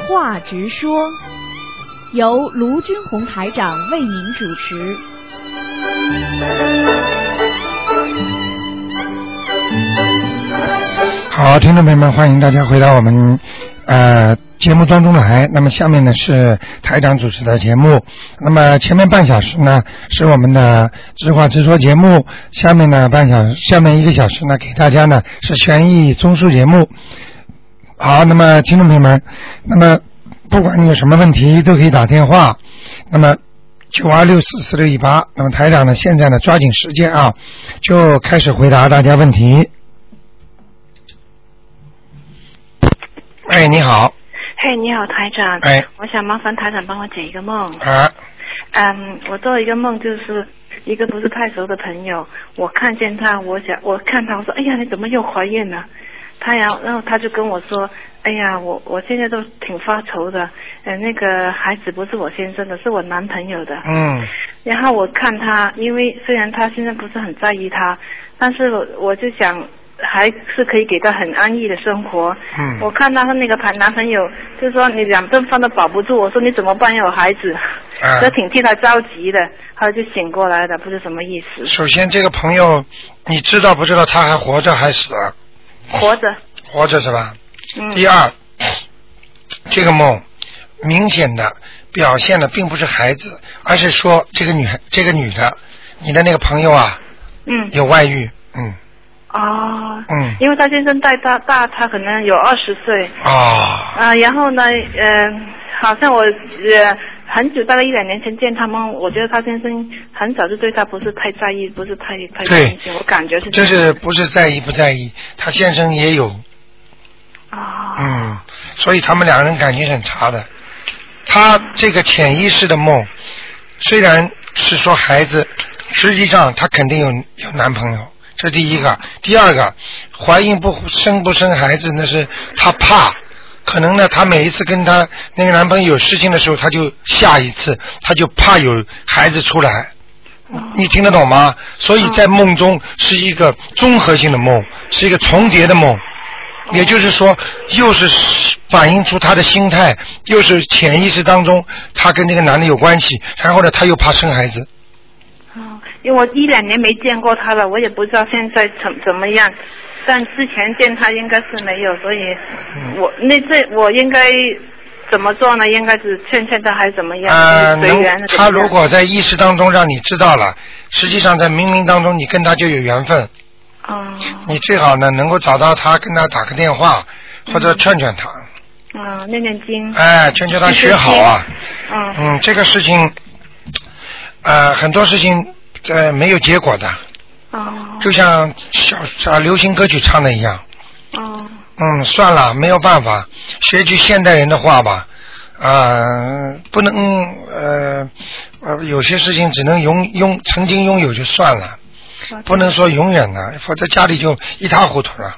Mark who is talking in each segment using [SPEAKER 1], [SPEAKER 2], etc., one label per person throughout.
[SPEAKER 1] 话直说，由卢军红台长为您主持。
[SPEAKER 2] 好，听众朋友们，欢迎大家回到我们呃节目当中来。那么下面呢是台长主持的节目。那么前面半小时呢是我们的直话直说节目，下面呢半小下面一个小时呢给大家呢是悬疑综述节目。好，那么听众朋友们，那么不管你有什么问题都可以打电话。那么九二六四四六一八，那么台长呢现在呢抓紧时间啊，就开始回答大家问题。哎，你好，
[SPEAKER 3] 嘿，你好，台长。
[SPEAKER 2] 哎，
[SPEAKER 3] 我想麻烦台长帮我解一个梦。
[SPEAKER 2] 啊，
[SPEAKER 3] 嗯，我做一个梦，就是一个不是太熟的朋友，我看见他，我想我看他，我说，哎呀，你怎么又怀孕了？他呀，然后他就跟我说，哎呀，我我现在都挺发愁的，呃，那个孩子不是我先生的，是我男朋友的。
[SPEAKER 2] 嗯，
[SPEAKER 3] 然后我看他，因为虽然他现在不是很在意他，但是我我就想还是可以给他很安逸的生活。
[SPEAKER 2] 嗯
[SPEAKER 3] 我看到他那个男男朋友就说你两顿饭都保不住，我说你怎么办呀，有孩子，
[SPEAKER 2] 啊
[SPEAKER 3] 就挺替他着急的，后来就醒过来了，不是什么意思，
[SPEAKER 2] 首先这个朋友，你知道不知道他还活着还死了？
[SPEAKER 3] 活着，
[SPEAKER 2] 活着是吧？
[SPEAKER 3] 嗯，
[SPEAKER 2] 第二， 这个梦明显的表现的并不是孩子，而是说这个女孩，这个女的，你的那个朋友啊
[SPEAKER 3] 嗯，
[SPEAKER 2] 有外遇，嗯
[SPEAKER 3] 哦，
[SPEAKER 2] 嗯
[SPEAKER 3] 因为他先生带他大他可能有二十岁，
[SPEAKER 2] 啊
[SPEAKER 3] 啊、然后呢，呃，好像我呃很久，大概一两年前见他们，我觉得他先生很早就对他不是太在意，不是太太
[SPEAKER 2] 对
[SPEAKER 3] 关心，我感觉是这
[SPEAKER 2] 这
[SPEAKER 3] 样
[SPEAKER 2] 是不是在意不在意？他先生也有，
[SPEAKER 3] 啊、
[SPEAKER 2] 嗯，所以他们两个人感情很差的。他这个潜意识的梦，虽然是说孩子，实际上他肯定有有男朋友，这是第一个。第二个，怀孕不生不生孩子，那是他怕。可能呢，她每一次跟她那个男朋友有事情的时候，她就下一次，她就怕有孩子出来。你听得懂吗？所以在梦中是一个综合性的梦，是一个重叠的梦。也就是说，又是反映出她的心态，又是潜意识当中她跟这个男的有关系，然后呢，她又怕生孩子。
[SPEAKER 3] 哦因为我一两年没见过他了，我也不知道现在怎怎么样，但之前见他应该是没有，所以我那这我应该怎么做呢？应该是劝劝他还是怎么样？
[SPEAKER 2] 呃，
[SPEAKER 3] 就是随
[SPEAKER 2] 能
[SPEAKER 3] 缘还是怎么
[SPEAKER 2] 她
[SPEAKER 3] 样。
[SPEAKER 2] 如果在意识当中让你知道了，实际上在冥冥当中你跟她就有缘分，
[SPEAKER 3] 哦
[SPEAKER 2] 你最好呢能够找到她，跟她打个电话，或者劝劝她，
[SPEAKER 3] 嗯啊，念念经，
[SPEAKER 2] 哎，劝劝她学好啊。
[SPEAKER 3] 嗯
[SPEAKER 2] 嗯，这个事情，呃，很多事情呃没有结果的，
[SPEAKER 3] 哦
[SPEAKER 2] 就像小啊流行歌曲唱的一样。
[SPEAKER 3] 哦
[SPEAKER 2] 嗯，算了，没有办法，学句现代人的话吧，啊、不能呃呃，有些事情只能拥拥曾经拥有就算了，不能说永远的，否则家里就一塌糊涂了。
[SPEAKER 3] 哦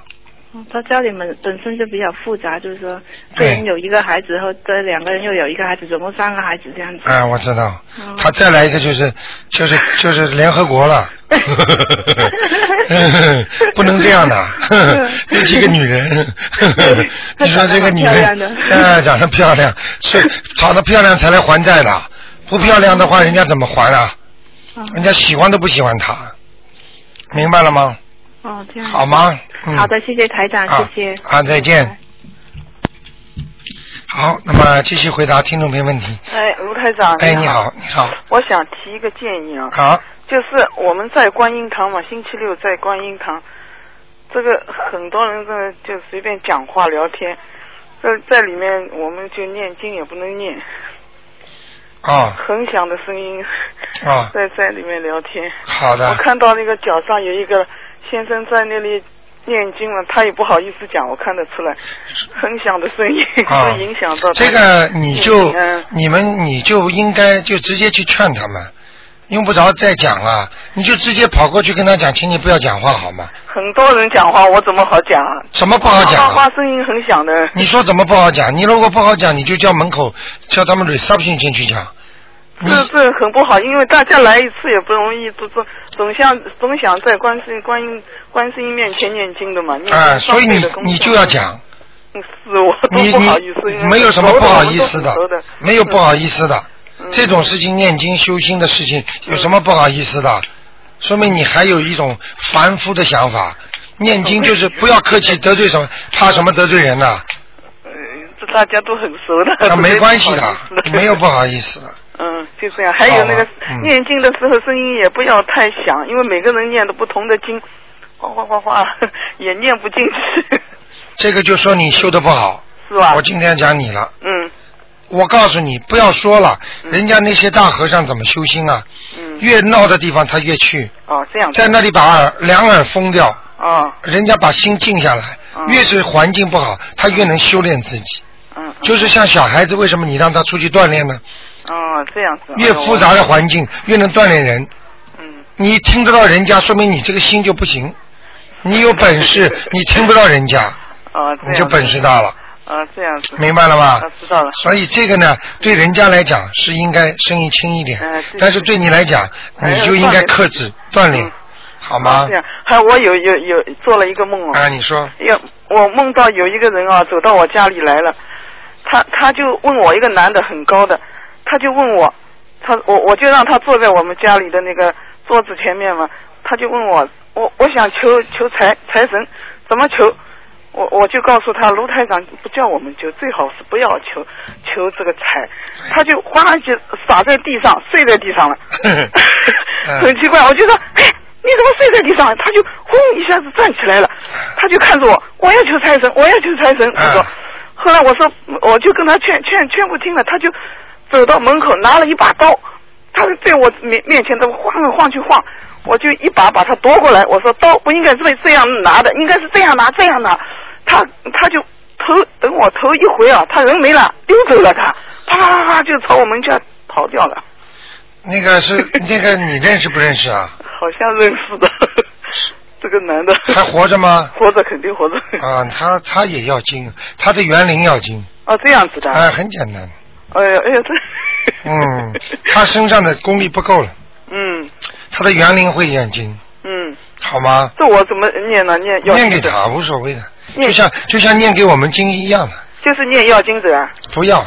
[SPEAKER 3] 他家里面本身就比较复杂，就是说个
[SPEAKER 2] 对
[SPEAKER 3] 人有一个孩子，或者两个人又有一个孩子，总共三个孩子这样子。
[SPEAKER 2] 哎、我知道
[SPEAKER 3] 嗯，
[SPEAKER 2] 他再来一个就是就是就是联合国了， 不能这样的，尤其一个女人，你说这个女
[SPEAKER 3] 长
[SPEAKER 2] 人
[SPEAKER 3] 得蛮漂亮的，
[SPEAKER 2] 哎，长得漂亮，是长得漂亮才来还债的，不漂亮的话，人家怎么还啊？
[SPEAKER 3] 哦
[SPEAKER 2] 人家喜欢都不喜欢她，明白了吗？
[SPEAKER 3] 哦，这样。
[SPEAKER 2] 好吗？嗯、
[SPEAKER 3] 好的，谢谢台长，
[SPEAKER 2] 啊
[SPEAKER 3] 谢谢。
[SPEAKER 2] 啊，再见。好，那么继续回答听众朋友问题。
[SPEAKER 4] 哎，卢台长。
[SPEAKER 2] 哎，你好，你好，
[SPEAKER 4] 我想提一个建议啊，
[SPEAKER 2] 好，
[SPEAKER 4] 就是我们在观音堂嘛，星期六在观音堂，这个很多人呢就随便讲话聊天，这在里面我们就念经也不能念，
[SPEAKER 2] 哦
[SPEAKER 4] 很响的声音
[SPEAKER 2] 哦，
[SPEAKER 4] 在在里面聊天。
[SPEAKER 2] 好
[SPEAKER 4] 我
[SPEAKER 2] 的，
[SPEAKER 4] 看到那个脚上有一个先生在那里念经了，他也不好意思讲，我看得出来，很响的声音
[SPEAKER 2] 啊
[SPEAKER 4] 会影响到他
[SPEAKER 2] 这个你就
[SPEAKER 4] 嗯
[SPEAKER 2] 你们你就应该就直接去劝他们，用不着再讲了，你就直接跑过去跟他讲，请你不要讲话好吗？
[SPEAKER 4] 很多人讲话，我怎么好讲啊？
[SPEAKER 2] 什么不好讲
[SPEAKER 4] 哗哗
[SPEAKER 2] 啊？
[SPEAKER 4] 声音很响的。
[SPEAKER 2] 你说怎么不好讲？你如果不好讲，你就叫门口叫他们 reception 进去讲。你
[SPEAKER 4] 这这很不好，因为大家来一次也不容易，总总总想总想在观世音观音观世音面前念经的嘛。念经
[SPEAKER 2] 啊、所以
[SPEAKER 4] 嗯上辈
[SPEAKER 2] 你
[SPEAKER 4] 的功课嗯
[SPEAKER 2] 你就要，讲，
[SPEAKER 4] 是我都
[SPEAKER 2] 你
[SPEAKER 4] 不好意思，因
[SPEAKER 2] 你
[SPEAKER 4] 为
[SPEAKER 2] 没有什么
[SPEAKER 4] 熟
[SPEAKER 2] 不好
[SPEAKER 4] 我们
[SPEAKER 2] 意
[SPEAKER 4] 都
[SPEAKER 2] 思的
[SPEAKER 4] 很熟的，
[SPEAKER 2] 没有不好
[SPEAKER 4] 嗯
[SPEAKER 2] 意思的。
[SPEAKER 4] 嗯
[SPEAKER 2] 这种事情，念经修心的事情，有什么不好意思的？说明你还有一种凡夫的想法。念经就是不要客气，得罪什么，怕什么得罪人呐、
[SPEAKER 4] 呃这大家都很熟的，
[SPEAKER 2] 那啊没关系
[SPEAKER 4] 不好
[SPEAKER 2] 的
[SPEAKER 4] 意思，
[SPEAKER 2] 没有不好意思的。
[SPEAKER 4] 嗯，就这样。还有那
[SPEAKER 2] 好
[SPEAKER 4] 个
[SPEAKER 2] 吧嗯
[SPEAKER 4] 念经的时候声音也不要太响，因为每个人念的不同的经，哗哗哗 哗也念不进去，
[SPEAKER 2] 这个就说你修的不好。
[SPEAKER 4] 是吧
[SPEAKER 2] 我？今天讲你了，
[SPEAKER 4] 嗯
[SPEAKER 2] 我告诉你，不要说了，
[SPEAKER 4] 嗯
[SPEAKER 2] 人家那些大和尚怎么修心啊？
[SPEAKER 4] 嗯，
[SPEAKER 2] 越闹的地方他越去，
[SPEAKER 4] 哦这样子
[SPEAKER 2] 在那里把耳两耳封掉，
[SPEAKER 4] 哦
[SPEAKER 2] 人家把心静下来，
[SPEAKER 4] 嗯
[SPEAKER 2] 越是环境不好，他越能修炼自己。
[SPEAKER 4] 嗯嗯
[SPEAKER 2] 就是像小孩子，为什么你让他出去锻炼呢？
[SPEAKER 4] 哦这样子
[SPEAKER 2] 越
[SPEAKER 4] 哎呦
[SPEAKER 2] 复杂的环境越能锻炼人。
[SPEAKER 4] 嗯
[SPEAKER 2] 你听得到人家，说明你这个心就不行。你有本 事，你听不到人家，
[SPEAKER 4] 哦这样
[SPEAKER 2] 你就
[SPEAKER 4] 子
[SPEAKER 2] 本事大了，
[SPEAKER 4] 哦这样子
[SPEAKER 2] 明白了吧
[SPEAKER 4] 啊？知道了
[SPEAKER 2] 所以这个呢，对人家来讲是应该声音轻一点
[SPEAKER 4] 哎对，
[SPEAKER 2] 但是对你来讲，
[SPEAKER 4] 哎
[SPEAKER 2] 你就应该克制锻炼
[SPEAKER 4] 嗯，
[SPEAKER 2] 好
[SPEAKER 4] 哦
[SPEAKER 2] 吗
[SPEAKER 4] 这？样还有我有有有做了一个梦哦。
[SPEAKER 2] 啊，你说，
[SPEAKER 4] 有我梦到有一个人啊，走到我家里来了，他他就问我一个男的很高的，他就问我，他我我就让他坐在我们家里的那个桌子前面嘛，他就问我，我我想求求财财神，怎么求？我我就告诉他，卢台长不叫我们求，最好是不要求求这个财，他就哗就洒在地上，睡在地上了。 很奇怪，我就说，哎，你怎么睡在地上？他就轰一下子站起来了，他就看着我，我要求财神，我要求财神。我说
[SPEAKER 2] 啊，
[SPEAKER 4] 后来我说，我就跟他劝劝劝不听了，他就走到门口拿了一把刀，他就对我面面前的晃来晃去晃，我就一把把他夺过来，我说刀不应该是这样拿的，应该是这样拿这样拿，他他就。头等我头一回啊，他人没了，溜走了他，啪啪啪啪就朝我们家跑掉了。
[SPEAKER 2] 那个是那个你认识不认识啊？
[SPEAKER 4] 好像认 识的，这个男的
[SPEAKER 2] 还活着吗？
[SPEAKER 4] 活着肯定活着。
[SPEAKER 2] 啊，他他也要精，他的园林要精，
[SPEAKER 4] 哦，这样子的。
[SPEAKER 2] 啊，很简单。
[SPEAKER 4] 哎呀，哎呀，这。
[SPEAKER 2] 嗯，他身上的功力不够了，
[SPEAKER 4] 嗯
[SPEAKER 2] 他的园林会眼睛，
[SPEAKER 4] 嗯，
[SPEAKER 2] 好吗？
[SPEAKER 4] 这我怎么念呢？念要
[SPEAKER 2] 念给
[SPEAKER 4] 经者
[SPEAKER 2] 他无所谓的，
[SPEAKER 4] 念
[SPEAKER 2] 就像就像念给我们经一样的，
[SPEAKER 4] 就是念要经者啊。
[SPEAKER 2] 不要，
[SPEAKER 4] 嗯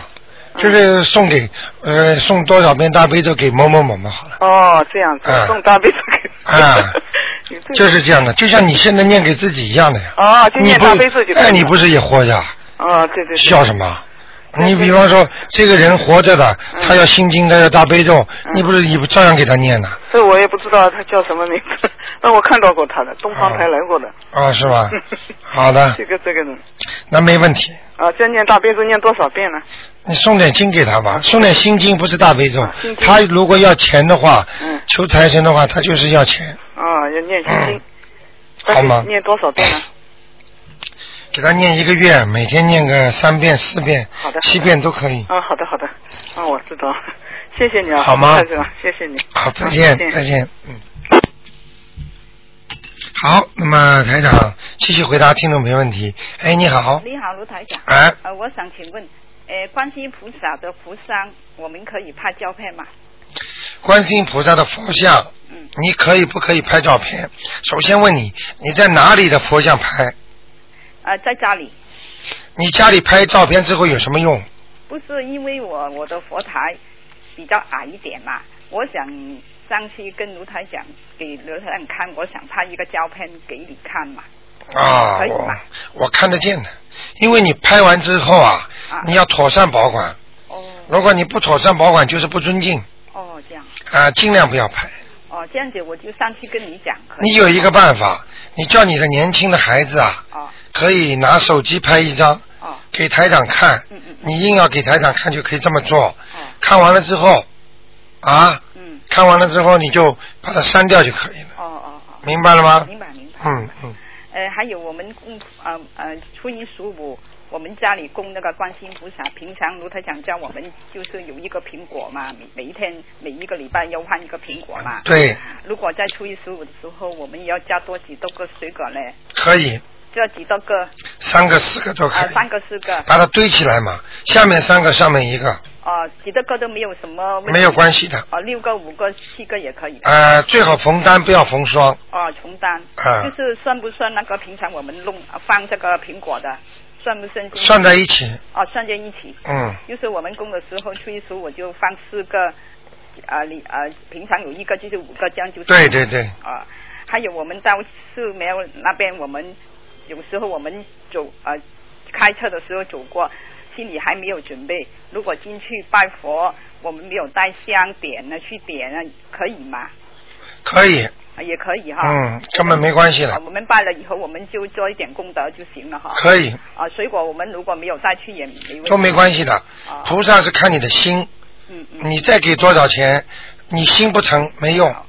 [SPEAKER 2] 就是送给呃送多少遍大悲咒给某某某某好了，
[SPEAKER 4] 哦，这样子
[SPEAKER 2] 啊，
[SPEAKER 4] 送大悲咒给。
[SPEAKER 2] 啊
[SPEAKER 4] 有这个
[SPEAKER 2] 就是这样的，就像你现在念给自己一样的呀。
[SPEAKER 4] 哦，就
[SPEAKER 2] 你
[SPEAKER 4] 念
[SPEAKER 2] 不
[SPEAKER 4] 大悲咒就。
[SPEAKER 2] 哎，你不。是也活着啊？
[SPEAKER 4] 哦，对对对。
[SPEAKER 2] 笑什么？
[SPEAKER 4] 对
[SPEAKER 2] 你
[SPEAKER 4] 对
[SPEAKER 2] 比方说，这个人活着的，
[SPEAKER 4] 嗯
[SPEAKER 2] 他要心经，他要大悲咒，你不是你不照样给他念的
[SPEAKER 4] 这我也不知道他叫什么名字， 但我看到过他的，东方台来过的。
[SPEAKER 2] 啊？是吧？
[SPEAKER 4] 嗯
[SPEAKER 2] 好 的
[SPEAKER 4] 这，个这个人
[SPEAKER 2] 那没问题。
[SPEAKER 4] 啊，再念大悲咒念多少遍呢？
[SPEAKER 2] 你送点经给他吧，送点心经，不是大悲咒
[SPEAKER 4] 啊心。经
[SPEAKER 2] 他如果要钱的话
[SPEAKER 4] 嗯，
[SPEAKER 2] 求财神的话，他就是要钱，
[SPEAKER 4] 啊，要念心经。
[SPEAKER 2] 嗯好吗？
[SPEAKER 4] 念多少遍呢？
[SPEAKER 2] 给他念一个月，每天念个三遍、四遍
[SPEAKER 4] 好的、
[SPEAKER 2] 七遍都可以。
[SPEAKER 4] 啊，好的好的，啊，我知道，谢谢你啊，
[SPEAKER 2] 嗯好吗
[SPEAKER 4] 蔡总，谢谢你。
[SPEAKER 2] 好，再见，再见，嗯。好，那么台长继续回答听众朋友问题。哎，你好，
[SPEAKER 3] 你好，卢台长。
[SPEAKER 2] 哎，
[SPEAKER 3] 呃，我想请问，呃，观世音菩萨的菩萨，我们可以拍照片吗？
[SPEAKER 2] 观世音菩萨的佛像
[SPEAKER 3] 嗯，
[SPEAKER 2] 你可以不可以拍照片？首先问你，你在哪里的佛像拍？
[SPEAKER 3] 呃，在家里，
[SPEAKER 2] 你家里拍照片之后有什么用？
[SPEAKER 3] 不是因为我我的佛台比较矮一点嘛，我想上去跟卢台长给卢台长看，我想拍一个照片给你看嘛。
[SPEAKER 2] 啊，
[SPEAKER 3] 可以
[SPEAKER 2] 我
[SPEAKER 3] 吧
[SPEAKER 2] 我看得见的，因为你拍完之后啊
[SPEAKER 3] 啊，
[SPEAKER 2] 你要妥善保管。
[SPEAKER 3] 哦
[SPEAKER 2] 如果你不妥善保管，就是不尊敬
[SPEAKER 3] 哦，这样
[SPEAKER 2] 啊，尽量不要拍。
[SPEAKER 3] 哦，这样子我就上去跟你讲，可以
[SPEAKER 2] 你有一个办法，你叫你的年轻的孩子啊，
[SPEAKER 3] 哦
[SPEAKER 2] 可以拿手机拍一张
[SPEAKER 3] 哦
[SPEAKER 2] 给台长看
[SPEAKER 3] 嗯嗯，嗯
[SPEAKER 2] 你硬要给台长看就可以这么做。
[SPEAKER 3] 哦
[SPEAKER 2] 看完了之后，啊，
[SPEAKER 3] 嗯
[SPEAKER 2] 看完了之后你就把它删掉就可以了，
[SPEAKER 3] 哦哦哦，
[SPEAKER 2] 明白了吗？
[SPEAKER 3] 明白明白。
[SPEAKER 2] 嗯嗯，
[SPEAKER 3] 呃，还有我们供呃呃初一十五，我们家里供那个观世音菩萨。平常卢台长教我们就是有一个苹果嘛，每每一天每一个礼拜要换一个苹果嘛。
[SPEAKER 2] 对，
[SPEAKER 3] 如果在初一十五的时候，我们要加多几多个水果嘞？
[SPEAKER 2] 可以，
[SPEAKER 3] 这几多个啊、
[SPEAKER 2] 三个四个都可
[SPEAKER 3] 呃
[SPEAKER 2] 以，
[SPEAKER 3] 三个四个，
[SPEAKER 2] 把它堆起来嘛，下面三个，上面一个，
[SPEAKER 3] 哦、几多个都没有什么问题。
[SPEAKER 2] 没有关系的。
[SPEAKER 3] 哦、六个、五个、七个也可以。
[SPEAKER 2] 呃，最好逢单不要逢双，
[SPEAKER 3] 哦、重单。
[SPEAKER 2] 啊
[SPEAKER 3] 啊就是算不算那个平常我们弄放这个苹果的？算不算？
[SPEAKER 2] 算在一起，
[SPEAKER 3] 哦，算在一起。
[SPEAKER 2] 嗯，
[SPEAKER 3] 就是我们供的时候，初一十五我就放四个，啊里啊，平常有一个就是五个，这样就是。
[SPEAKER 2] 对对对，
[SPEAKER 3] 啊，还有我们到寺庙那边，我们有时候我们走呃开车的时候走过，心里还没有准备。如果进去拜佛，我们没有带香点呢，去点呢，可以吗？
[SPEAKER 2] 可以，
[SPEAKER 3] 啊也可以哈。
[SPEAKER 2] 嗯，根本没关系
[SPEAKER 3] 啊
[SPEAKER 2] 的，
[SPEAKER 3] 我们拜了以后，我们就做一点功德就行了哈。
[SPEAKER 2] 可以
[SPEAKER 3] 啊，水果我们如果没有带去也没问题。
[SPEAKER 2] 都没关系的。
[SPEAKER 3] 啊，
[SPEAKER 2] 菩萨是看你的心，
[SPEAKER 3] 嗯嗯。
[SPEAKER 2] 你再给多少钱，你心不诚没用。
[SPEAKER 3] 啊。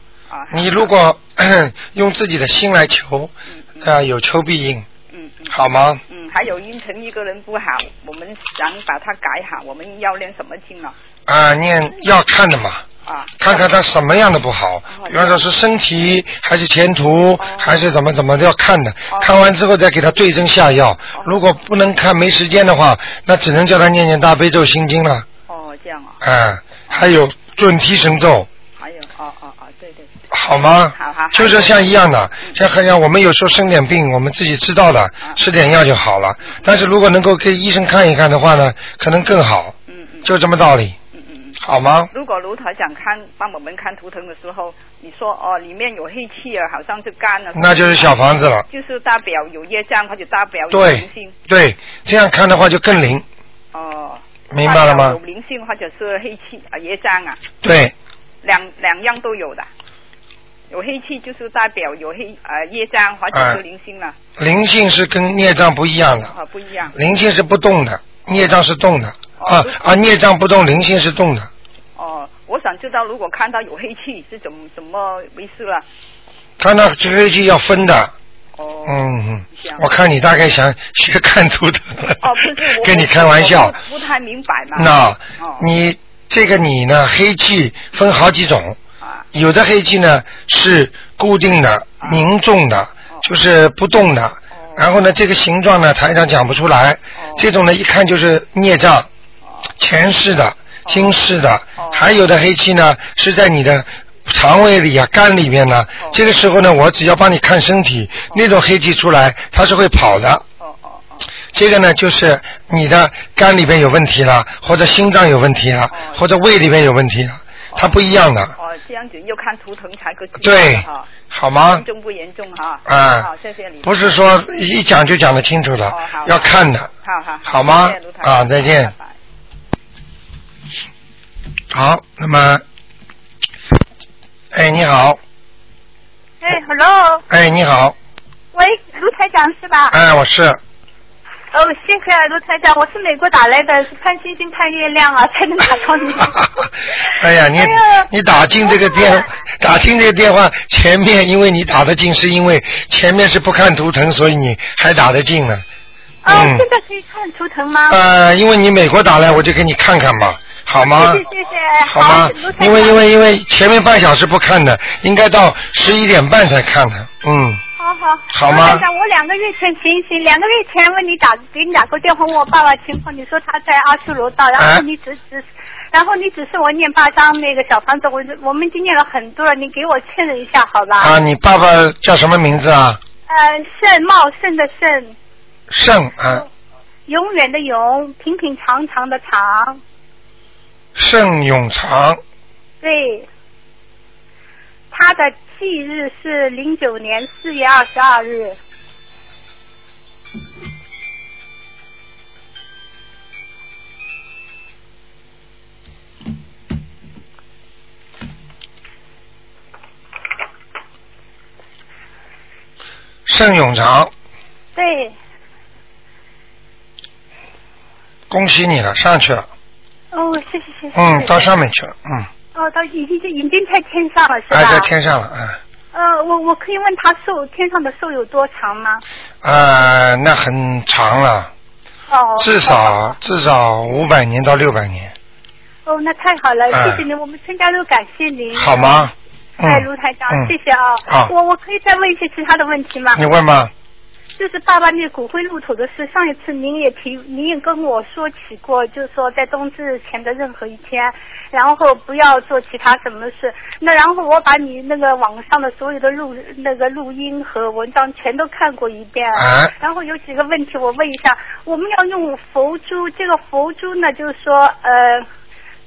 [SPEAKER 2] 你如果 用自己的心来求，
[SPEAKER 3] 嗯嗯
[SPEAKER 2] 啊、有求必应，
[SPEAKER 3] 嗯嗯。
[SPEAKER 2] 好吗？
[SPEAKER 3] 嗯，还有阴沉一个人不好，我们想把它改好，我们要练什么经呢？
[SPEAKER 2] 啊、念要看的嘛，
[SPEAKER 3] 啊，
[SPEAKER 2] 看看他什么样的不
[SPEAKER 3] 哦
[SPEAKER 2] 好，比方说是身体还是前途，还是怎么怎么都要看的。
[SPEAKER 3] 哦
[SPEAKER 2] 看完之后再给他对症下药。如果不能看没时间的话，那只能叫他念念大悲咒心经了。
[SPEAKER 3] 哦，这样哦，
[SPEAKER 2] 啊、还有准提神咒，
[SPEAKER 3] 还有，哦哦哦，对对，
[SPEAKER 2] 好吗？
[SPEAKER 3] 好嗯好好
[SPEAKER 2] 就是像一样的，像好像我们有时候生点病，我们自己知道的，
[SPEAKER 3] 嗯
[SPEAKER 2] 吃点药就好了。但是如果能够给医生看一看的话呢，可能更好，
[SPEAKER 3] 嗯嗯，
[SPEAKER 2] 就这么道理，
[SPEAKER 3] 嗯嗯嗯。
[SPEAKER 2] 好吗？
[SPEAKER 3] 如果卢台长看帮我们看图腾的时候，你说哦里面有黑气啊，好像是肝啊，
[SPEAKER 2] 那就是小房子了。
[SPEAKER 3] 就是代表有业障或者代表有
[SPEAKER 2] 对
[SPEAKER 3] 灵性，
[SPEAKER 2] 对，这样看的话就更灵，
[SPEAKER 3] 哦，
[SPEAKER 2] 明白了
[SPEAKER 3] 代表
[SPEAKER 2] 吗
[SPEAKER 3] 有？灵性或者是黑气啊业障啊，
[SPEAKER 2] 对，
[SPEAKER 3] 两两样都有的。有黑气就是代表有黑呃业障或者是灵性了，
[SPEAKER 2] 灵性是跟孽障不一样的，
[SPEAKER 3] 啊不一样。
[SPEAKER 2] 灵性是不动的，孽障是动的。啊啊，孽障不动，灵性是动的。
[SPEAKER 3] 哦，我想知道如果看到有黑气是怎么怎么回事了？
[SPEAKER 2] 看到这个就要分的，
[SPEAKER 3] 哦，
[SPEAKER 2] 嗯，嗯
[SPEAKER 3] 这样
[SPEAKER 2] 我看你大概想学看图的，
[SPEAKER 3] 哦，不是 我
[SPEAKER 2] 跟你开玩笑
[SPEAKER 3] 我。不不太明白嘛。
[SPEAKER 2] 那
[SPEAKER 3] 哦，
[SPEAKER 2] 你这个你呢，黑气分好几种，
[SPEAKER 3] 啊
[SPEAKER 2] 有的黑气呢是固定的、凝重的，就是不动
[SPEAKER 3] 哦
[SPEAKER 2] 的。然后呢，这个形状呢，台上讲不出来。呃这种呢，一看就是孽障，
[SPEAKER 3] 哦
[SPEAKER 2] 前世的、今世的。还有的黑气呢，是在你的肠胃里啊、肝里面呢。
[SPEAKER 3] 哦
[SPEAKER 2] 这个时候呢，我只要帮你看身体，那种黑气出来，它是会跑的。
[SPEAKER 3] 哦哦哦
[SPEAKER 2] 这个呢，就是你的肝里边有问题了，或者心脏有问题了，或者胃里边有问题了，它不一样的，
[SPEAKER 3] 哦，这样子要看图腾才可知道
[SPEAKER 2] 对
[SPEAKER 3] 的哈，
[SPEAKER 2] 好吗
[SPEAKER 3] 严？重不严重哈？
[SPEAKER 2] 啊
[SPEAKER 3] 好，谢谢你。
[SPEAKER 2] 不是说一讲就讲得清楚的
[SPEAKER 3] 哦好，
[SPEAKER 2] 要看的。
[SPEAKER 3] 好好
[SPEAKER 2] 好吗
[SPEAKER 3] 谢谢卢台长
[SPEAKER 2] 啊再见
[SPEAKER 3] 拜拜
[SPEAKER 2] 好，那么，哎，你好，
[SPEAKER 5] 哎，hello，啊
[SPEAKER 2] 哎，你好，
[SPEAKER 5] 喂，卢台长是吧？
[SPEAKER 2] 哎，我是，
[SPEAKER 5] 哦，幸亏啊，卢台长，我是美国打来的，是盼星星盼月亮啊，才能打通你。
[SPEAKER 2] 哎呀，你
[SPEAKER 5] 哎呀
[SPEAKER 2] 你打进这个 电，打进这个电话前面，因为你打得进，是因为前面是不看图腾，所以你还打得进呢。
[SPEAKER 5] 哦，
[SPEAKER 2] 嗯
[SPEAKER 5] 现在可以看图腾吗？
[SPEAKER 2] 呃，因为你美国打来，我就给你看看嘛，好吗？
[SPEAKER 5] 谢谢谢谢，
[SPEAKER 2] 好吗
[SPEAKER 5] 卢台？长
[SPEAKER 2] 因为因为因为前面半小时不看的，应该到十一点半才看的。嗯，
[SPEAKER 5] 好好
[SPEAKER 2] 好吗
[SPEAKER 5] 卢台长，我两个月前行行，两个月前问你打给你打过电话，问我爸爸情况，你说他在阿修罗道，然
[SPEAKER 2] 哎
[SPEAKER 5] 后你只只。然后你只是我念八张那个小房子，我我们已经念了很多了，你给我确认一下好吧？
[SPEAKER 2] 啊，你爸爸叫什么名字啊？
[SPEAKER 5] 呃，盛茂盛的盛，
[SPEAKER 2] 盛啊，
[SPEAKER 5] 永远的永，平平常常的常，
[SPEAKER 2] 盛永长，
[SPEAKER 5] 对。他的忌日是零九年四月二十二日，
[SPEAKER 2] 盛永长，
[SPEAKER 5] 对，
[SPEAKER 2] 恭喜你了，上去了，
[SPEAKER 5] 哦，谢谢谢谢。
[SPEAKER 2] 嗯，到上面去了，嗯，
[SPEAKER 5] 哦，到已经已经在天上了是吧？
[SPEAKER 2] 哎，在天上了，啊，
[SPEAKER 5] 呃，我我可以问他寿天上的寿有多长吗？
[SPEAKER 2] 啊，那很长了，
[SPEAKER 5] 哦，
[SPEAKER 2] 至少至少五百年到六百年，
[SPEAKER 5] 哦，那太好了，
[SPEAKER 2] 哎
[SPEAKER 5] 谢谢您，我们全家都感谢您。
[SPEAKER 2] 好？吗？嗯
[SPEAKER 5] 哎，卢台长，
[SPEAKER 2] 嗯
[SPEAKER 5] 谢谢啊
[SPEAKER 2] 好。
[SPEAKER 5] 我我可以再问一些其他的问题吗？
[SPEAKER 2] 你问吧，
[SPEAKER 5] 就是爸爸那个骨灰入土的事，上一次您也提，您也跟我说起过，就是说在冬至前的任何一天，然后不要做其他什么事。那然后我把你那个网上的所有的录那个录音和文章全都看过一遍了
[SPEAKER 2] 啊
[SPEAKER 5] 然后有几个问题我问一下，我们要用佛珠，这个佛珠呢，就是说呃。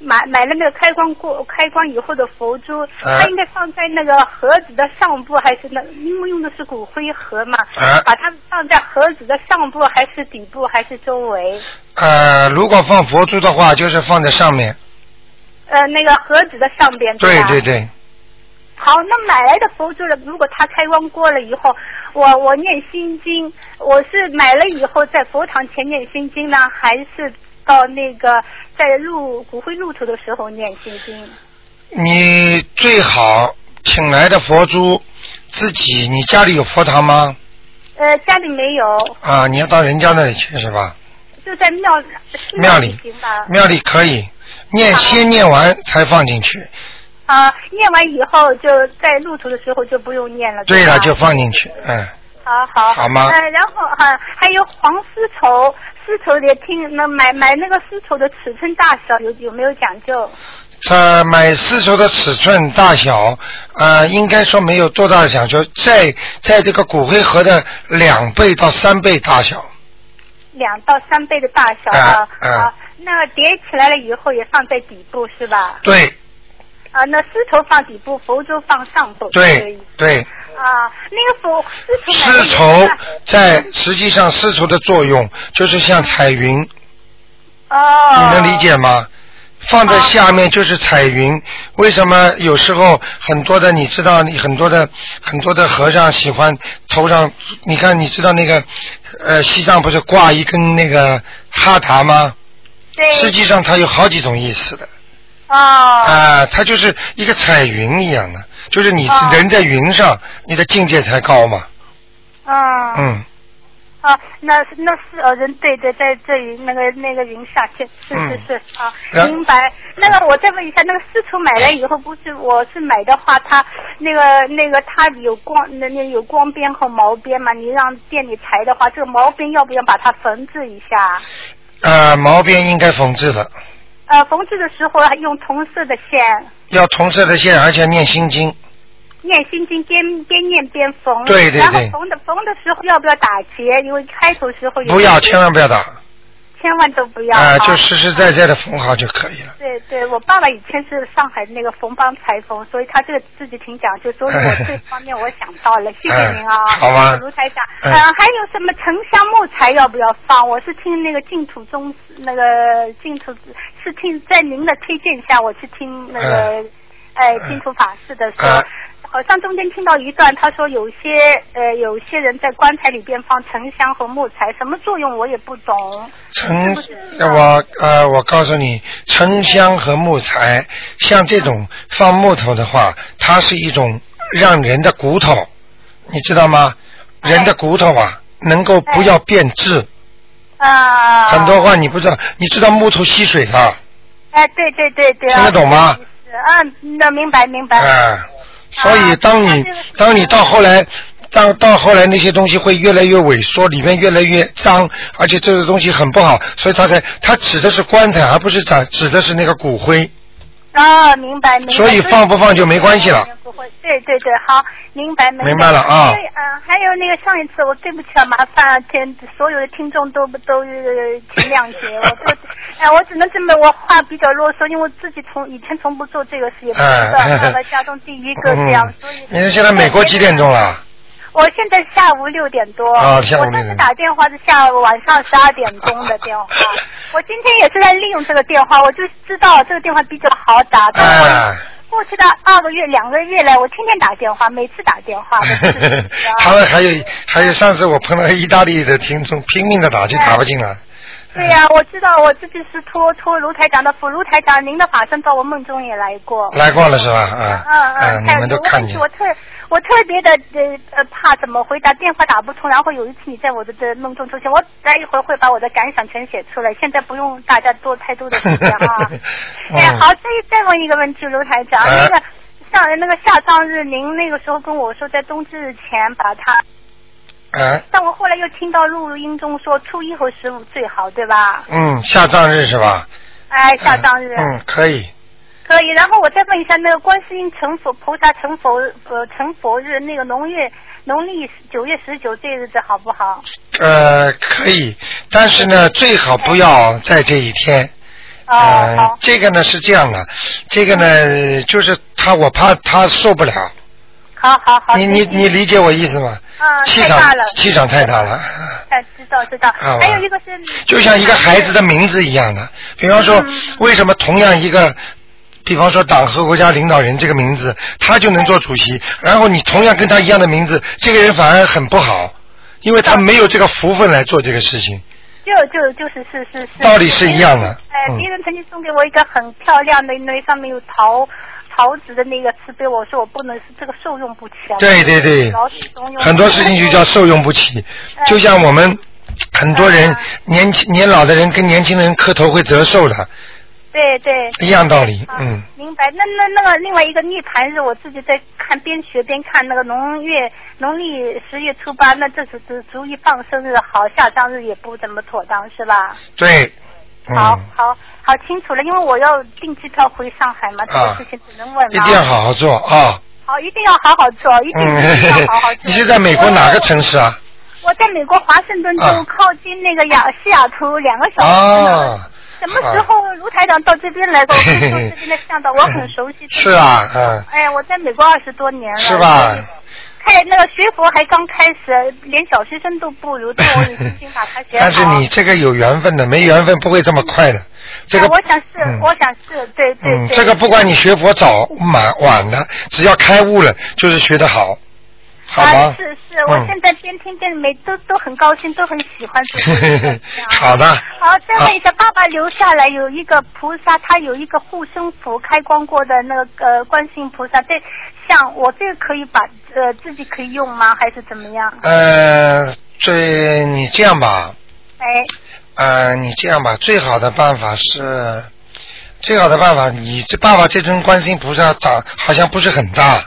[SPEAKER 5] 买买了那个开光过开光以后的佛珠，它应该放在那个盒子的上部还是那？因为用的是骨灰盒嘛，
[SPEAKER 2] 啊
[SPEAKER 5] 把它放在盒子的上部还是底部还是周 围？
[SPEAKER 2] 呃，如果放佛珠的话，就是放在上面。
[SPEAKER 5] 呃，那个盒子的上边
[SPEAKER 2] 对
[SPEAKER 5] 吧？
[SPEAKER 2] 对对，
[SPEAKER 5] 好，那买来的佛珠了，如果它开光过了以后，我我念心经，我是买了以后在佛堂前念心经呢，还是到那个在入骨灰入土的时候念心经？
[SPEAKER 2] 你最好请来的佛珠自己，你家里有佛堂吗？
[SPEAKER 5] 呃，家里没有，
[SPEAKER 2] 啊，你要到人家那里去是吧？
[SPEAKER 5] 就在庙
[SPEAKER 2] 庙
[SPEAKER 5] 里
[SPEAKER 2] 里
[SPEAKER 5] 行吧？
[SPEAKER 2] 庙里可以念，
[SPEAKER 5] 啊好
[SPEAKER 2] 先念完才放进去。
[SPEAKER 5] 啊，念完以后就在入土的时候就不用念了。
[SPEAKER 2] 对
[SPEAKER 5] 吧
[SPEAKER 2] 了，就放进去，嗯，
[SPEAKER 5] 好好
[SPEAKER 2] 好吗
[SPEAKER 5] 呃，然后啊，还有黄丝绸，丝绸也听那
[SPEAKER 2] 嗯
[SPEAKER 5] 买买那个丝绸的尺寸大小有有没有讲究？
[SPEAKER 2] 这呃买丝绸的尺寸大小，呃，应该说没有多大的讲究，在在这个骨灰盒的两倍到三倍大小，
[SPEAKER 5] 两到三倍的大小
[SPEAKER 2] 啊。
[SPEAKER 5] 啊
[SPEAKER 2] 啊
[SPEAKER 5] 啊，那叠起来了以后也放在底部是吧？
[SPEAKER 2] 对
[SPEAKER 5] 啊，那丝绸放底部，佛珠放上部。可
[SPEAKER 2] 对
[SPEAKER 5] 以
[SPEAKER 2] 对，
[SPEAKER 5] 啊，那个佛丝绸买
[SPEAKER 2] 丝
[SPEAKER 5] 的
[SPEAKER 2] 绸
[SPEAKER 5] 大
[SPEAKER 2] 在实际上丝绸的作用就是像彩云，你
[SPEAKER 5] 哦，
[SPEAKER 2] 能理解吗？放在下面就是彩云，为什么有时候很多的你知道，你很多的很多的和尚喜欢头上，你看你知道那个，呃，西藏不是挂一根那个哈达吗？实
[SPEAKER 5] 对
[SPEAKER 2] 际上它有好几种意思的
[SPEAKER 5] 哦。
[SPEAKER 2] 啊、它就是一个彩云一样的，就是你
[SPEAKER 5] 哦
[SPEAKER 2] 人在云上，你的境界才高嘛。
[SPEAKER 5] 嗯
[SPEAKER 2] 嗯
[SPEAKER 5] 啊，那那是呃，人对对，在这里那个那个云下去，是
[SPEAKER 2] 嗯
[SPEAKER 5] 是是、啊，
[SPEAKER 2] 然
[SPEAKER 5] 明白。那个我再问一下，那个丝绸买来以后，不是我是买的话，它那个那个它有光那那有光边和毛边嘛？你让店里裁的话，这个毛边要不要把它缝制一下？
[SPEAKER 2] 呃，毛边应该缝制的，
[SPEAKER 5] 呃，缝制的时候用同色的线，
[SPEAKER 2] 要同色的线，而且念心经。
[SPEAKER 5] 哦念心经边边念边缝。
[SPEAKER 2] 对对
[SPEAKER 5] 然后
[SPEAKER 2] 对
[SPEAKER 5] 缝的缝的时候要不要打结？因为开头时候有
[SPEAKER 2] 不要，千万不要打
[SPEAKER 5] 千万都不要
[SPEAKER 2] 啊、
[SPEAKER 5] 啊
[SPEAKER 2] 就实实在在的缝好就可以了。
[SPEAKER 5] 对对，我爸爸以前是上海那个冯帮裁缝，所以他这个自己挺讲究，所以我这方面我想到了， 谢谢您啊，
[SPEAKER 2] 哎好吗
[SPEAKER 5] 卢台长。
[SPEAKER 2] 哎
[SPEAKER 5] 呃，还有什么沉香木材要不要放？我是听那个净土宗那个净土是听在您的推荐下，我去听那个哎净土法师的说。
[SPEAKER 2] 哎
[SPEAKER 5] 好像中间听到一段，他说有些呃，有些人在棺材里边放沉香和木材，什么作用我也不懂。
[SPEAKER 2] 沉
[SPEAKER 5] 是不是，
[SPEAKER 2] 我呃，我告诉你，沉香和木材，像这种放木头的话，它是一种让人的骨头，你知道吗？
[SPEAKER 5] 哎
[SPEAKER 2] 人的骨头啊，能够不要变质。
[SPEAKER 5] 啊、
[SPEAKER 2] 很多话你不知道，你知道木头吸水的，
[SPEAKER 5] 哎，对对对对，
[SPEAKER 2] 听得懂吗？
[SPEAKER 5] 嗯，那明白明白。
[SPEAKER 2] 哎，所以
[SPEAKER 5] 啊
[SPEAKER 2] 当你
[SPEAKER 5] 它这个
[SPEAKER 2] 当你到后来，当到后来那些东西会越来越萎缩，里面越来越脏，而且这个东西很不好，所以它才它指的是棺材，而不是指指的是那个骨灰。
[SPEAKER 5] 啊，明白明白。
[SPEAKER 2] 所以放不放就没关系了。
[SPEAKER 5] 不会，对对对，好，明白白。
[SPEAKER 2] 明白了啊
[SPEAKER 5] 还有嗯，还有那个上一次我对不起啊，麻烦天所有的听众都都呃请谅解，我 这哎，我只能这么，我话比较啰嗦，因为我自己从以前从不做这个事，也不知道
[SPEAKER 2] 哎
[SPEAKER 5] 到了家中第一个这样
[SPEAKER 2] 嗯，，
[SPEAKER 5] 所以。 啊
[SPEAKER 2] 你看现在美国几点钟了？
[SPEAKER 5] 我现在下午六点多，
[SPEAKER 2] 啊下午
[SPEAKER 5] 我上
[SPEAKER 2] 6
[SPEAKER 5] 次
[SPEAKER 2] 点
[SPEAKER 5] 打电话是下午晚上十二点钟的 电话。我今天也是在利用这个电话，我就知道这个电话比较好打。但是我
[SPEAKER 2] 哎，
[SPEAKER 5] 过去的二个月、两个月来，我天天打电话，每次打电话。我 都是
[SPEAKER 2] 哎他们还有还有，上次我碰到意大利的听众拼命的打，就打不进
[SPEAKER 5] 嗯
[SPEAKER 2] 来。
[SPEAKER 5] 对呀、我知道我自己是托托卢台长的福，卢台长您的法身到我梦中也来过。
[SPEAKER 2] 来过了是吧？啊
[SPEAKER 5] 嗯
[SPEAKER 2] 啊，
[SPEAKER 5] 嗯，
[SPEAKER 2] 你们都看见。
[SPEAKER 5] 我。特我特别的呃呃怕怎么回答，电话打不通。然后有一次你在我的的梦中出现，我待一会儿会把我的感想全写出来。现在不用大家多太多的时间啊 哎，
[SPEAKER 2] 嗯
[SPEAKER 5] 好，再再问一个问题，卢台长，
[SPEAKER 2] 哎
[SPEAKER 5] 那个上那个下葬日，您那个时候跟我说在冬至前把它
[SPEAKER 2] 哎，
[SPEAKER 5] 但我后来又听到录音中说初一和十五最好，对吧？
[SPEAKER 2] 嗯，下葬日是吧？
[SPEAKER 5] 哎，下葬日、
[SPEAKER 2] 嗯，可以。
[SPEAKER 5] 可以。然后我再问一下，那个观世音成佛菩萨成佛呃成佛日，那个农月农历九月十九这日子好不好？
[SPEAKER 2] 呃，可以，但是呢，最好不要在这一天。
[SPEAKER 5] 嗯哦，
[SPEAKER 2] 呃
[SPEAKER 5] 好，，嗯
[SPEAKER 2] 这个呢是这样的，这个呢就是他，我怕他受不了。
[SPEAKER 5] 好好好。
[SPEAKER 2] 你你你理解我意思吗？
[SPEAKER 5] 啊，
[SPEAKER 2] 气
[SPEAKER 5] 太
[SPEAKER 2] 场
[SPEAKER 5] 大了，
[SPEAKER 2] 气场太大了。
[SPEAKER 5] 哎，知道知道。
[SPEAKER 2] 好吧
[SPEAKER 5] 还有一个是，
[SPEAKER 2] 就像一个孩子的名字一样的。比方说，
[SPEAKER 5] 嗯
[SPEAKER 2] 为什么同样一个，比方说党和国家领导人这个名字，他就能做主席，然后你同样跟他一样的名字，这个人反而很不好，因为他没有这个福分来做这个事情，
[SPEAKER 5] 就就就是是是是。
[SPEAKER 2] 道理是一样的。
[SPEAKER 5] 哎，
[SPEAKER 2] 嗯
[SPEAKER 5] 别，人曾经送给我一个很漂亮的，那上面有桃桃子的那个瓷杯，我说我不能，这个受用不起啊。
[SPEAKER 2] 对对对
[SPEAKER 5] 老祖宗用
[SPEAKER 2] 很多事情就叫受用不起，就像我们。很多人
[SPEAKER 5] 嗯
[SPEAKER 2] 年轻年老的人跟年轻人磕头会折寿的，
[SPEAKER 5] 对对。
[SPEAKER 2] 一样道理。
[SPEAKER 5] 啊
[SPEAKER 2] 嗯，
[SPEAKER 5] 明白。那那那个另外一个涅盘日，我自己在看，边学边看那个农月农历十月初八，那这是足足以放生日好，下葬日也不怎么妥当，是吧？
[SPEAKER 2] 对。嗯
[SPEAKER 5] 好，好好清楚了，因为我要订机票回上海嘛，这
[SPEAKER 2] 啊
[SPEAKER 5] 个事情只能问了。
[SPEAKER 2] 一定要好嗯好做啊。
[SPEAKER 5] 好，一定要好好做，一定要好好做。
[SPEAKER 2] 你是在美国哪个城市啊？
[SPEAKER 5] 我？我在美国华盛顿州
[SPEAKER 2] 啊
[SPEAKER 5] 靠近那个雅西雅图两个小时呢。
[SPEAKER 2] 啊，
[SPEAKER 5] 什么时候卢台长到这边 来过？我跟你说这边的向导，我很熟悉。
[SPEAKER 2] 是。啊，嗯，
[SPEAKER 5] 哎，我在美国二十多年了。
[SPEAKER 2] 是吧？
[SPEAKER 5] 开那个学佛还刚开始，连小学生都不如，但我已经先把它学好。
[SPEAKER 2] 但是你这个有缘分的，没缘分不会这么快的。这个
[SPEAKER 5] 哎，我想是，
[SPEAKER 2] 嗯
[SPEAKER 5] 我想是，对对
[SPEAKER 2] 嗯，
[SPEAKER 5] 对。
[SPEAKER 2] 这个不管你学佛早晚晚的，只要开悟了，就是学得好，好
[SPEAKER 5] 啊
[SPEAKER 2] 吗？，
[SPEAKER 5] 是是，我
[SPEAKER 2] 嗯
[SPEAKER 5] 现在边听边每都都很高兴，都很喜欢主
[SPEAKER 2] 好的
[SPEAKER 5] 好，再问一下，爸爸留下来有一个菩萨，他有一个护身符，开光过的那个呃观世音菩萨，这像我这个可以把呃自己可以用吗？还是怎么样？
[SPEAKER 2] 呃，这你这样吧，
[SPEAKER 5] 哎，
[SPEAKER 2] 呃，你这样吧，最好的办法是，最好的办法，你这爸爸这尊观世音菩萨长好像不是很大。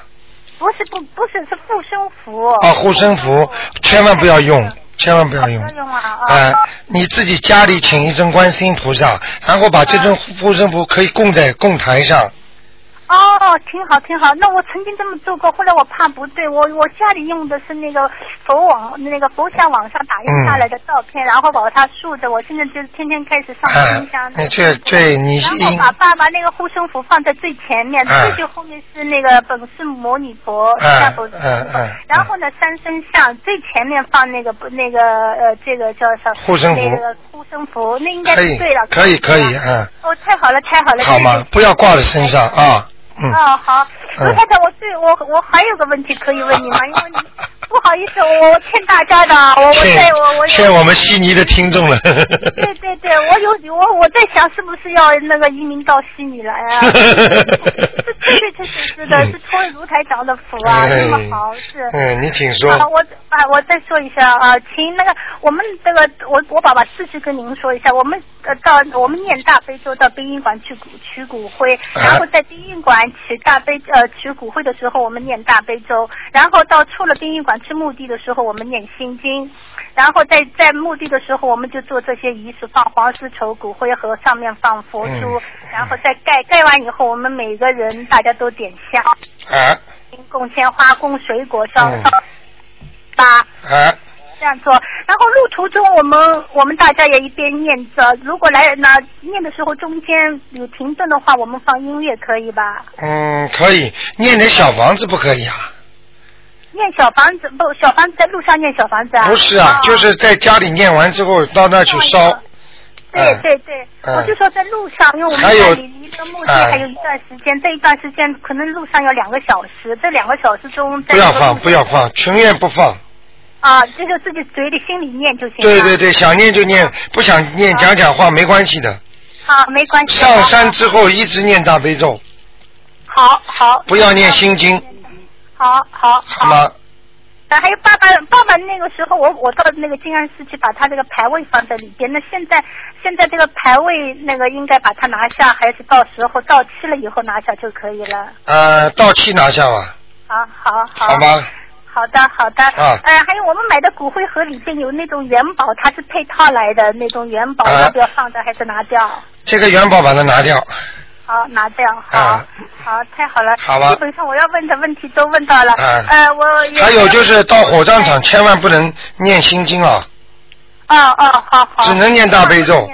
[SPEAKER 5] 不是不不是是护身符。
[SPEAKER 2] 啊，护身符千万不要用，千万不要用。
[SPEAKER 5] 哦不要用啊啊
[SPEAKER 2] 哎你自己家里请一尊观世音菩萨，然后把这
[SPEAKER 5] 啊
[SPEAKER 2] 尊护身符可以供在供台上。
[SPEAKER 5] 哦，挺好挺好。那我曾经这么做过，后来我怕不对，我我家里用的是那个佛网，那个佛像网上打印下来的照
[SPEAKER 2] 嗯
[SPEAKER 5] 片，然后把它竖着。我现在就是天天开始上
[SPEAKER 2] 哎
[SPEAKER 5] 冰箱。，
[SPEAKER 2] 你这对你
[SPEAKER 5] 然后
[SPEAKER 2] 应
[SPEAKER 5] 把爸爸那个护身符放在最前面，
[SPEAKER 2] 哎
[SPEAKER 5] 最最后面是那个本是摩尼佛，
[SPEAKER 2] 哎
[SPEAKER 5] 下佛
[SPEAKER 2] 哎哎
[SPEAKER 5] 然后呢三生像最前面放那个不那个呃这个叫什么？
[SPEAKER 2] 护身符
[SPEAKER 5] 那个护身符，那应该
[SPEAKER 2] 可
[SPEAKER 5] 是
[SPEAKER 2] 以
[SPEAKER 5] 对了。
[SPEAKER 2] 可以可以
[SPEAKER 5] 吧
[SPEAKER 2] 嗯，
[SPEAKER 5] 哦，太好了太好了。
[SPEAKER 2] 好
[SPEAKER 5] 谢谢
[SPEAKER 2] 吗？不要挂在身上啊，嗯。
[SPEAKER 5] 哦，好，
[SPEAKER 2] 嗯
[SPEAKER 5] 卢太太，我对我我还有个问题可以问你吗？因为你不好意思，我我欠大家的，我我在
[SPEAKER 2] 欠
[SPEAKER 5] 我我
[SPEAKER 2] 欠我们悉尼的听众 了。
[SPEAKER 5] 对对对，我有我我在想是不是要那个移民到悉尼来 啊？是确确实实的，是托卢台长的福啊，那么好是。
[SPEAKER 2] 哎嗯，你请说。
[SPEAKER 5] 啊，我啊，我再说一下啊，请那个我们这个我我爸爸继续跟您说一下，我们呃到我们念大悲咒到殡仪馆去骨取骨灰，
[SPEAKER 2] 啊
[SPEAKER 5] 然后在殡仪馆取大悲呃取骨灰的时候，我们念大悲咒，然后到出了殡仪馆去墓地的时候，我们念心经，然后在在墓地的时候，我们就做这些仪式，放黄丝绸骨灰盒，上面放佛珠，
[SPEAKER 2] 嗯
[SPEAKER 5] 然后再盖盖完以后，我们每个人大家都点香，
[SPEAKER 2] 啊
[SPEAKER 5] 供鲜花，供水果，烧
[SPEAKER 2] 嗯
[SPEAKER 5] 烧八。
[SPEAKER 2] 啊
[SPEAKER 5] 这样做。然后路途中，我们我们大家也一边念着，如果来人呢念的时候中间有停顿的话，我们放音乐可以吧？
[SPEAKER 2] 嗯，可以念点小房子不可以啊？
[SPEAKER 5] 念小房子不？小房子在路上念小房子啊？
[SPEAKER 2] 不是啊，就是在家里念完之后到那儿去烧。
[SPEAKER 5] 对
[SPEAKER 2] 嗯
[SPEAKER 5] 对对，
[SPEAKER 2] 嗯
[SPEAKER 5] 我就说在路上，因为我们
[SPEAKER 2] 还有
[SPEAKER 5] 家里离这个墓地
[SPEAKER 2] 哎
[SPEAKER 5] 还有一段时间，这一段时间可能路上要两个小时，这两个小时中在
[SPEAKER 2] 不要
[SPEAKER 5] 这个路
[SPEAKER 2] 放，不要放，情愿不放。
[SPEAKER 5] 啊，这就自己嘴里心里念就行了。
[SPEAKER 2] 对对对，想念就念，不想念
[SPEAKER 5] 好
[SPEAKER 2] 讲讲话没关系的。
[SPEAKER 5] 啊，没关系。
[SPEAKER 2] 上山
[SPEAKER 5] 啊
[SPEAKER 2] 之后一直念大悲咒，
[SPEAKER 5] 好好
[SPEAKER 2] 不要念心经，
[SPEAKER 5] 好好
[SPEAKER 2] 好吗？
[SPEAKER 5] 啊，还有爸爸，爸爸那个时候我我到那个静安寺去把他这个牌位放在里边。那现在现在这个牌位那个应该把它拿下，还是到时候到期了以后拿下就可以了？
[SPEAKER 2] 呃，到期拿下吧，
[SPEAKER 5] 啊，好好
[SPEAKER 2] 好吗？
[SPEAKER 5] 好的，好的。
[SPEAKER 2] 啊
[SPEAKER 5] 呃，还有我们买的骨灰盒里边有那种元宝，它是配套来的那种元宝，
[SPEAKER 2] 啊
[SPEAKER 5] 要不要放着还是拿掉？
[SPEAKER 2] 这个元宝把它拿掉，
[SPEAKER 5] 好，拿掉。好，
[SPEAKER 2] 啊
[SPEAKER 5] 好，太好了。
[SPEAKER 2] 好吧
[SPEAKER 5] 基本上我要问的问题都问到了。
[SPEAKER 2] 啊
[SPEAKER 5] 呃，我也
[SPEAKER 2] 还有就是到火葬场千万不能念心经啊，
[SPEAKER 5] 哦哦，好好。
[SPEAKER 2] 只能念大悲咒。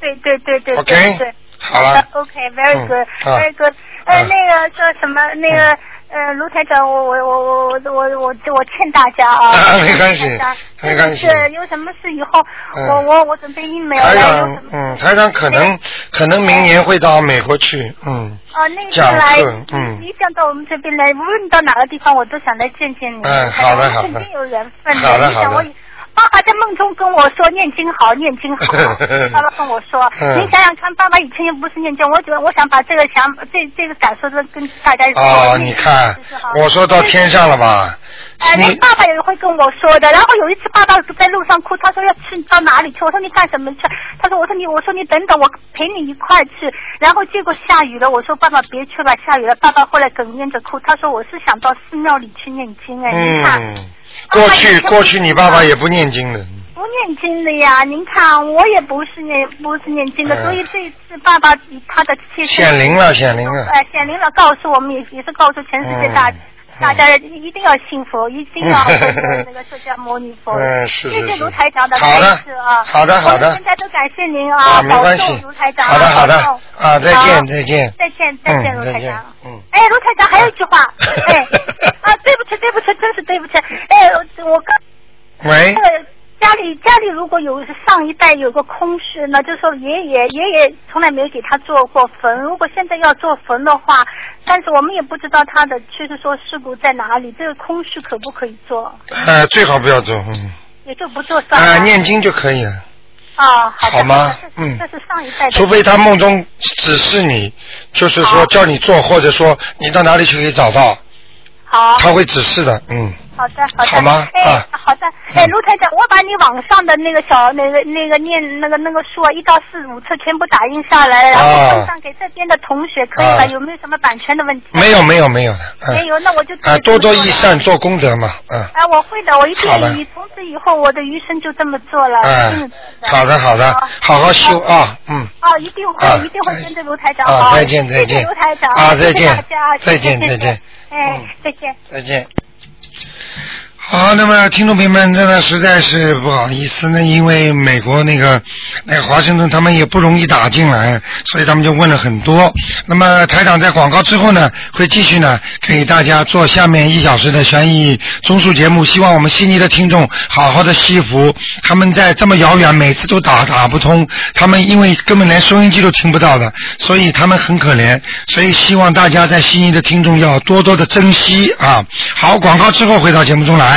[SPEAKER 5] 对对对对对
[SPEAKER 2] OK，
[SPEAKER 5] 对对。
[SPEAKER 2] 好了，
[SPEAKER 5] OK，very
[SPEAKER 2] 嗯
[SPEAKER 5] good，very
[SPEAKER 2] 啊
[SPEAKER 5] good。呃，
[SPEAKER 2] 嗯，
[SPEAKER 5] 那个叫什么？那个呃，卢台长，我我我我我我我我劝大家啊
[SPEAKER 2] 没关系
[SPEAKER 5] 劝大家
[SPEAKER 2] 没关系
[SPEAKER 5] 就是有什么事以后，
[SPEAKER 2] 嗯
[SPEAKER 5] 我我我准备 email
[SPEAKER 2] 台
[SPEAKER 5] 来有什
[SPEAKER 2] 长
[SPEAKER 5] 么，哎
[SPEAKER 2] 嗯，台长可能可能明年会到美国去，嗯，
[SPEAKER 5] 哦，那次
[SPEAKER 2] 讲
[SPEAKER 5] 来
[SPEAKER 2] 课，嗯
[SPEAKER 5] 你想到我们这边来，无论你到哪个地方，我都想来见见你。
[SPEAKER 2] 嗯好的好的
[SPEAKER 5] 肯定有缘分
[SPEAKER 2] 好的
[SPEAKER 5] 你想
[SPEAKER 2] 好的
[SPEAKER 5] 我。爸爸在梦中跟我说念经好，念经 好。爸爸跟我说，
[SPEAKER 2] 嗯
[SPEAKER 5] 你想想看，爸爸以前又不是念经，我觉得我想把这个想这这个感受跟跟大家说。
[SPEAKER 2] 哦，你看
[SPEAKER 5] 就是好，
[SPEAKER 2] 我说到天上了吧？
[SPEAKER 5] 哎，那
[SPEAKER 2] 你
[SPEAKER 5] 爸爸也会跟我说的。然后有一次，爸爸在路上哭，他说要去到哪里去？我说你干什么去？他说我说你我说你等等，我陪你一块去。然后结果下雨了，我说爸爸别去了，下雨了。爸爸后来哽咽着哭，他说我是想到寺庙里去念经哎，您看。
[SPEAKER 2] 嗯，过去
[SPEAKER 5] 爸爸也是
[SPEAKER 2] 过去你爸爸也不念经的，
[SPEAKER 5] 不念经的呀，您看我也不是念不是念经的，
[SPEAKER 2] 嗯
[SPEAKER 5] 所以这一次爸爸以他的切身
[SPEAKER 2] 显灵了，显灵了。
[SPEAKER 5] 呃，显灵了，告诉我们也也是告诉全世界大、
[SPEAKER 2] 嗯
[SPEAKER 5] 大家一定要信佛，一 定要回归那个释迦牟尼佛。
[SPEAKER 2] 嗯是
[SPEAKER 5] 谢
[SPEAKER 2] 是
[SPEAKER 5] 谢
[SPEAKER 2] 是
[SPEAKER 5] 卢台长的
[SPEAKER 2] 好的
[SPEAKER 5] 开示啊，
[SPEAKER 2] 好的好的
[SPEAKER 5] 我们现在都感谢您
[SPEAKER 2] 啊，
[SPEAKER 5] 啊，
[SPEAKER 2] 没
[SPEAKER 5] 保
[SPEAKER 2] 关
[SPEAKER 5] 重
[SPEAKER 2] 系
[SPEAKER 5] 卢台，长啊。
[SPEAKER 2] 好的好的
[SPEAKER 5] 保重
[SPEAKER 2] 啊，再
[SPEAKER 5] 好
[SPEAKER 2] 见再见，
[SPEAKER 5] 再见再
[SPEAKER 2] 嗯
[SPEAKER 5] 见，卢
[SPEAKER 2] 再
[SPEAKER 5] 台
[SPEAKER 2] 见
[SPEAKER 5] 长。
[SPEAKER 2] 嗯
[SPEAKER 5] 哎，卢台长还有一句 话，哎，啊，对不起对不起，真是对不起，哎，我我刚。
[SPEAKER 2] 喂
[SPEAKER 5] 这，个呃家里家里如果有上一代有个空室呢，就说爷爷爷爷从来没有给他做过坟。如果现在要做坟的话，但是我们也不知道他的确实说事故在哪里，这个空室可不可以做？
[SPEAKER 2] 呃，最好不要做，嗯，
[SPEAKER 5] 也就不做算了。
[SPEAKER 2] 啊，念经就可以了，
[SPEAKER 5] 啊，好的
[SPEAKER 2] 好吗
[SPEAKER 5] 这是
[SPEAKER 2] 嗯
[SPEAKER 5] 这是上一代的。
[SPEAKER 2] 除非他梦中指示你，就是说
[SPEAKER 5] 好
[SPEAKER 2] 叫你做，或者说你到哪里去可以找到，
[SPEAKER 5] 好。
[SPEAKER 2] 他会指示的，嗯，
[SPEAKER 5] 好的，好的，
[SPEAKER 2] 好吗
[SPEAKER 5] 哎，
[SPEAKER 2] 啊
[SPEAKER 5] 好的，哎，卢台长，我把你网上的那个小那个那个念那个那个书啊，一到四五册全部打印下来，然后分享给这边的同学，可以吧？
[SPEAKER 2] 啊
[SPEAKER 5] 有没有什么版权的问题？
[SPEAKER 2] 没有没有没有的，
[SPEAKER 5] 没
[SPEAKER 2] 嗯，
[SPEAKER 5] 有，那我就自己
[SPEAKER 2] 啊，多多
[SPEAKER 5] 做了
[SPEAKER 2] 益。善做功德嘛，嗯，
[SPEAKER 5] 哎，我会的，我一
[SPEAKER 2] 好的
[SPEAKER 5] 定以从此以后我的余生就这么做了。
[SPEAKER 2] 哎
[SPEAKER 5] 嗯，
[SPEAKER 2] 好的好的
[SPEAKER 5] 好，
[SPEAKER 2] 好好修啊，嗯，
[SPEAKER 5] 哦，一定会，
[SPEAKER 2] 啊
[SPEAKER 5] 一定会跟着卢台长
[SPEAKER 2] 啊
[SPEAKER 5] 好
[SPEAKER 2] 再见再见
[SPEAKER 5] 谢谢卢台长
[SPEAKER 2] 啊
[SPEAKER 5] 谢谢
[SPEAKER 2] 再见
[SPEAKER 5] 大家
[SPEAKER 2] 再见
[SPEAKER 5] 谢谢
[SPEAKER 2] 再见，
[SPEAKER 5] 哎
[SPEAKER 2] 嗯，
[SPEAKER 5] 再见。
[SPEAKER 2] 再见。好，那么听众朋友们，真的实在是不好意思，那因为美国那个那个华盛顿他们也不容易打进来，所以他们就问了很多。那么台长在广告之后呢，会继续呢给大家做下面一小时的悬疑综述节目，希望我们悉尼的听众好好的惜福，他们在这么遥远，每次都打打不通，他们因为根本连收音机都听不到的，所以他们很可怜，所以希望大家在悉尼的听众要多多的珍惜啊。好，广告之后回到节目中来。